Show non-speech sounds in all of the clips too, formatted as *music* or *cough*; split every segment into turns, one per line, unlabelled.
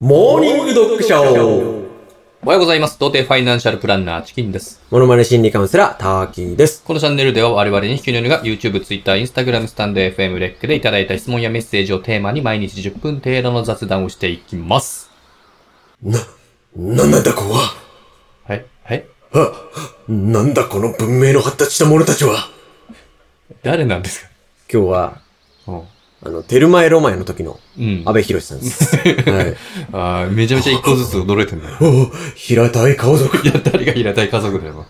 モーニングドッグショー
おはようございます。童貞ファイナンシャルプランナーチキンです。
モノマネ心理カウンセラー、ターキーです。
このチャンネルでは我々に引きのが YouTube、Twitter、Instagram、スタンド FM、レックでいただいた質問やメッセージをテーマに毎日10分程度の雑談をしていきます。
な、なんなんだこは
はいはい
なんだこの文明の発達した者たちは
誰なんですか
今日は、
うん。
あの、テルマエロマエの時の
うん。
安
あ
倍博さん *laughs* です。はい。
ーめちゃめちゃ一個ずつ驚いてるんだよ。
おお、平たい顔族。
*laughs* いや、誰が平たい家族だよ。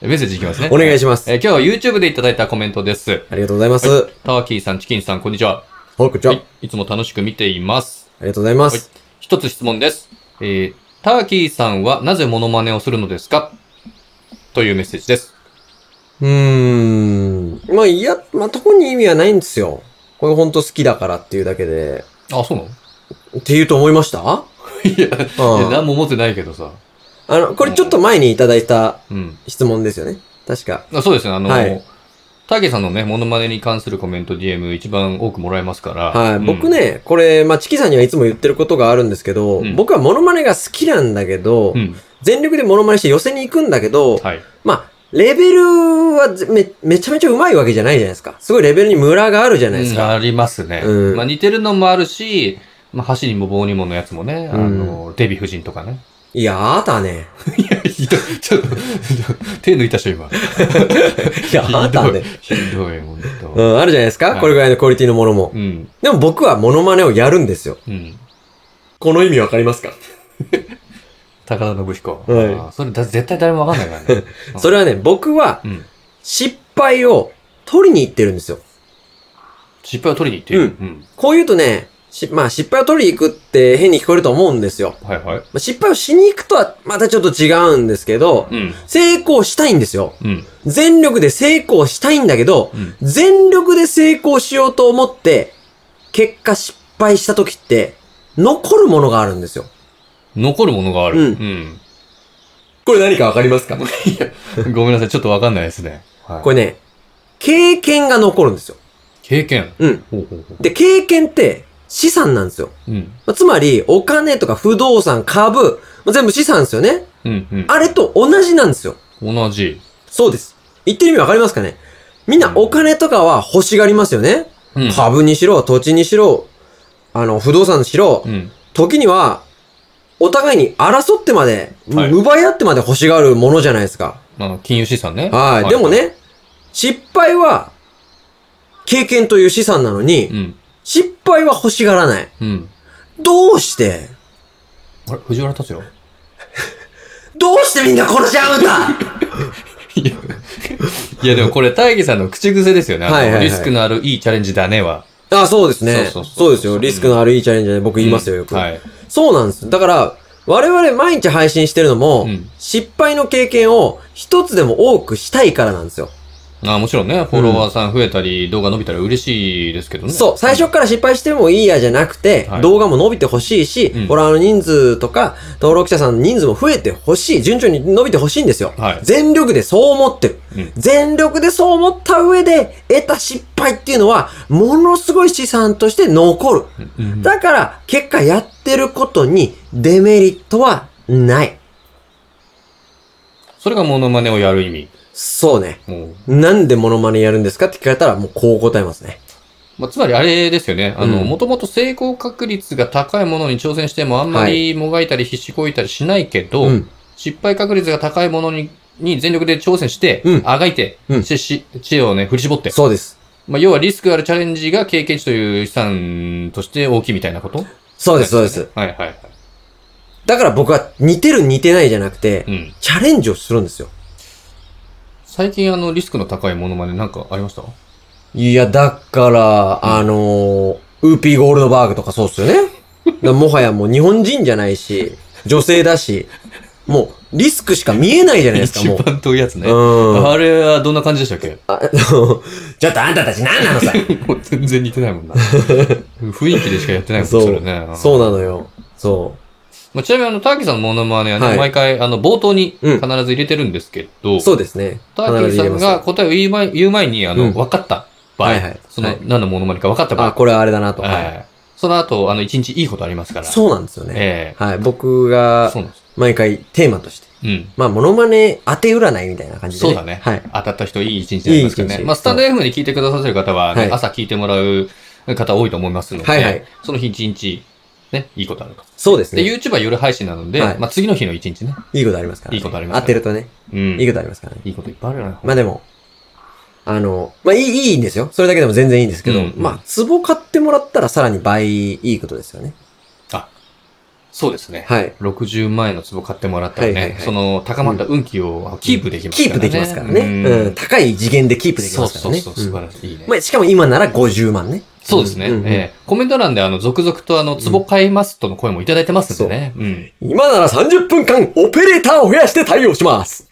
メッセージいきますね。
*laughs* お願いします。
えー今日は YouTube でいただいたコメントです。
ありがとうございます。
ターキーさん、チキンさん、こんにちは。
おくちゃん、
はい。いつも楽しく見ています。
ありがとうございます。
一つ質問です。えー、ターキーさんはなぜモノマネをするのですかというメッセージです。
うーん。まあ、いや、まあ、特に意味はないんですよ。これほんと好きだからっていうだけで。
あ、そうなの
って言うと思いました
*laughs* いや、い
うん
や、何も持ってないけどさ。
あの、これちょっと前にいただいた
うん。
質問ですよね。確か。
あそうですね、あの、
はい
ターキーさんのね、モノマネに関するコメント、DM 一番多くもらえますから。
はい。
うん
僕。ね、これ、まあ、チキさんにはいつも言ってることがあるんですけど、
うん
僕はモノマネが好きなんだけど、
うん。
全力でモノマネして寄せに行くんだけど、
はい。
まあ、レベルはぜめ、めちゃめちゃ上手いわけじゃないじゃないですか。すごいレベルにムラがあるじゃないです
うん
か。
ありますね。
うん
まあ似てるのもあるし、まあ、箸にも棒にものやつもね、あの、デヴィ夫人とかね。 *laughs*
いやーだね。
いや、ひどい。ちょっと、手抜いた人今。
い *laughs* やーだね。
ひどい、ほんと
う。ん、あるじゃないですか、
はい
これぐらいのクオリティのものも。
うん。
でも僕はモノマネをやるんですよ。
うん。
この意味わかりますか
高田信彦。
はい。
あーそれだ、絶対誰もわかんないから *laughs* ね
それはね、僕は
うん。
失敗を取りに行ってるんですよ。
失敗を取りに行っている。うん。
こう言うとね、しまあ失敗を取りに行くって変に聞こえると思うんですよ。
はいはい。
まあ失敗をしに行くとはまたちょっと違うんですけど、
うん。
成功したいんですよ。
うん。
全力で成功したいんだけど、
うん。
全力で成功しようと思って、結果失敗した時って、残るものがあるんですよ。
残るものがある。
う
うん。
これ何かわかり
*laughs*
ますか
ごめんなさい、ちょっとわかんないですね。はい
これね、経験が残るんですよ。
経験。
うん。
ほうほうほ
で、経験って資産なんですよ。
う。うん。
まあつまり、お金とか不動産、株、まあ全部資産ですよね。
うん、
あれと同じなんですよ。
うん。同じ。
そうです。言ってる意味わかりますかねみんなお金とかは欲しがりますよね。
うん。
株にしろ、土地にしろ、あの、不動産にしろ
う、ん。
時には、お互いに争ってまで、
はい
奪い合ってまで欲しがるものじゃないですか。
あの、金融資産ね。
はい。でも。ね、失敗は、経験という資産なの
う
に、
ん。
失敗は欲しがらない。
うん。
どうして、
あれ藤原達也
どうしてみんな殺し合うん
*laughs*
だ
いや、いやでもこ *laughs* れ、大義さんの口癖ですよね。あの
はいはいはい
リスクのあるいいチャレンジだねは。
あ、そうですね。
そうそうそうそう
そうですよ。リスクのあるいいチャレンジで僕言いますよ、よく。
はい。
そうなんです。だから、我々毎日配信してるのも、
うん
失敗の経験を一つでも多くしたいからなんですよ。
あもちろんね、フォロワーさん増えたり、動画伸びたら嬉しいですけどね。
そう、最初から失敗してもいいやじゃなくて、
はい
動画も伸びてほしいし、
うん
フォロワーの人数とか、登録者さんの人数も増えてほしい、順調に伸びてほしいんですよ。
はい
全力でそう思ってる。
うん
全力でそう思った上で、得た失敗っていうのは、ものすごい資産として残る。
うん
だから、結果やってることにデメリットはない。
それがモノマネをやる意味。
そうね。
もう
なんでモノマネやるんですかって聞かれたら、もうこう答えますね。
まあ、つまりあれですよね。あの、
うん
もともと成功確率が高いものに挑戦してもあんまりもがいたり必死こいたりしないけど、
うん。
失敗確率が高いものに、に全力で挑戦して、
うん
あがいて、
うん
知識知恵をね、振り絞って。
そうです。
まあ、要はリスクあるチャレンジが経験値という資産として大きいみたいなこと
そうです、そうです。。
はいはいはい。
だから僕は、似てる似てないじゃなくて
う、ん。
チャレンジをするんですよ。
最近あの、リスクの高いものまでなんかありました
いや、だから、あのーウーピーゴールドバーグとかそうっすよね。だもはやもう日本人じゃない
*laughs*
し、女性だし、もうリスクしか見えないじゃないですか、
一
もう。
番遠いやつ
*laughs*
ね。
うん。あ
あれはどんな感じでしたっけ
の、ちょっとあんたたち何なのさ。
もう全然似てないも
*laughs*
んな。雰囲気でしかやってないもん、
そう
それね。
そうなのよ。そ
まあ、ちなみにあの、ターキーさんのモノマネはね、
はい
毎回、あの、冒頭に
うん
必ず入れてるんですけど、
う。そうですね。
ターキーさんが
必
答えを言う前言う前に、あの、
うん
分かった場合、
はいはい
その、
はい
何のモノマネか分かっ
ず
た
入れます
場合、
あ、これはあれだなと。
は
はい
いその後、あの、一日いいことありますから。う。
そうなんですよね。
え
はい。僕
え
が
そう、なんです。
毎回テーマとして。
うん。
まあ、モノマネ当て占いみたいな感じで、
そうだね
はい。
当たった人いい一日になりますけ
い
ど
い
ね。
一日
まあ、スタンド FM で聞いてくださってる方はね、
はい
朝聞いてもらう方多いと思いますので、
はいはい
その日一日、ね、いいことあると。
そうです
で、
ね。
YouTube は夜配信なので、
はい
まあ、次の日の一日ね。
いいことありますから、ね。
いいことありますから
当てるとね、
うん。
いいことありますからね。
いいこといっぱいあるよね。
まあでも、あの、まあいい、いいんですよ。それだけでも全然いいんですけど、
うん
まあ、壺買ってもらったらさらに倍いいことですよね。
そうですね。
はい。
60万円の壺買ってもらったらね、
はいはいはい
その高まった運気をキープできます
キ
か
ー
ら
プ
ね。
できますからね。うん
うん。
高い次元でキープでき
そ
ま
う
すか
そ
ら
う
ね。
そう、素晴らしい。いいね
うん。まあ、しかも今なら50万ね。
そうですね。
んん
ええコメント欄で、あの、続々と、あの、壺買いますとの声もいただいてますんでね。うん。
今なら30分間オペレーターを増やして対応します。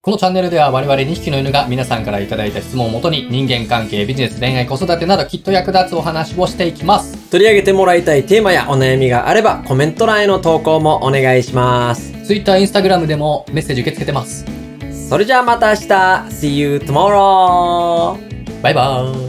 このチャンネルでは我々2匹の犬が皆さんからいただいた質問をもとに人間関係、ビジネス、恋愛、子育てなどきっと役立つお話をしていきます。
取り上げてもらいたいテーマやお悩みがあればコメント欄への投稿もお願いします。
Twitter、Instagram でもメッセージ受け付けてます。
それじゃあまた明日 !See you tomorrow!
バイバーイ。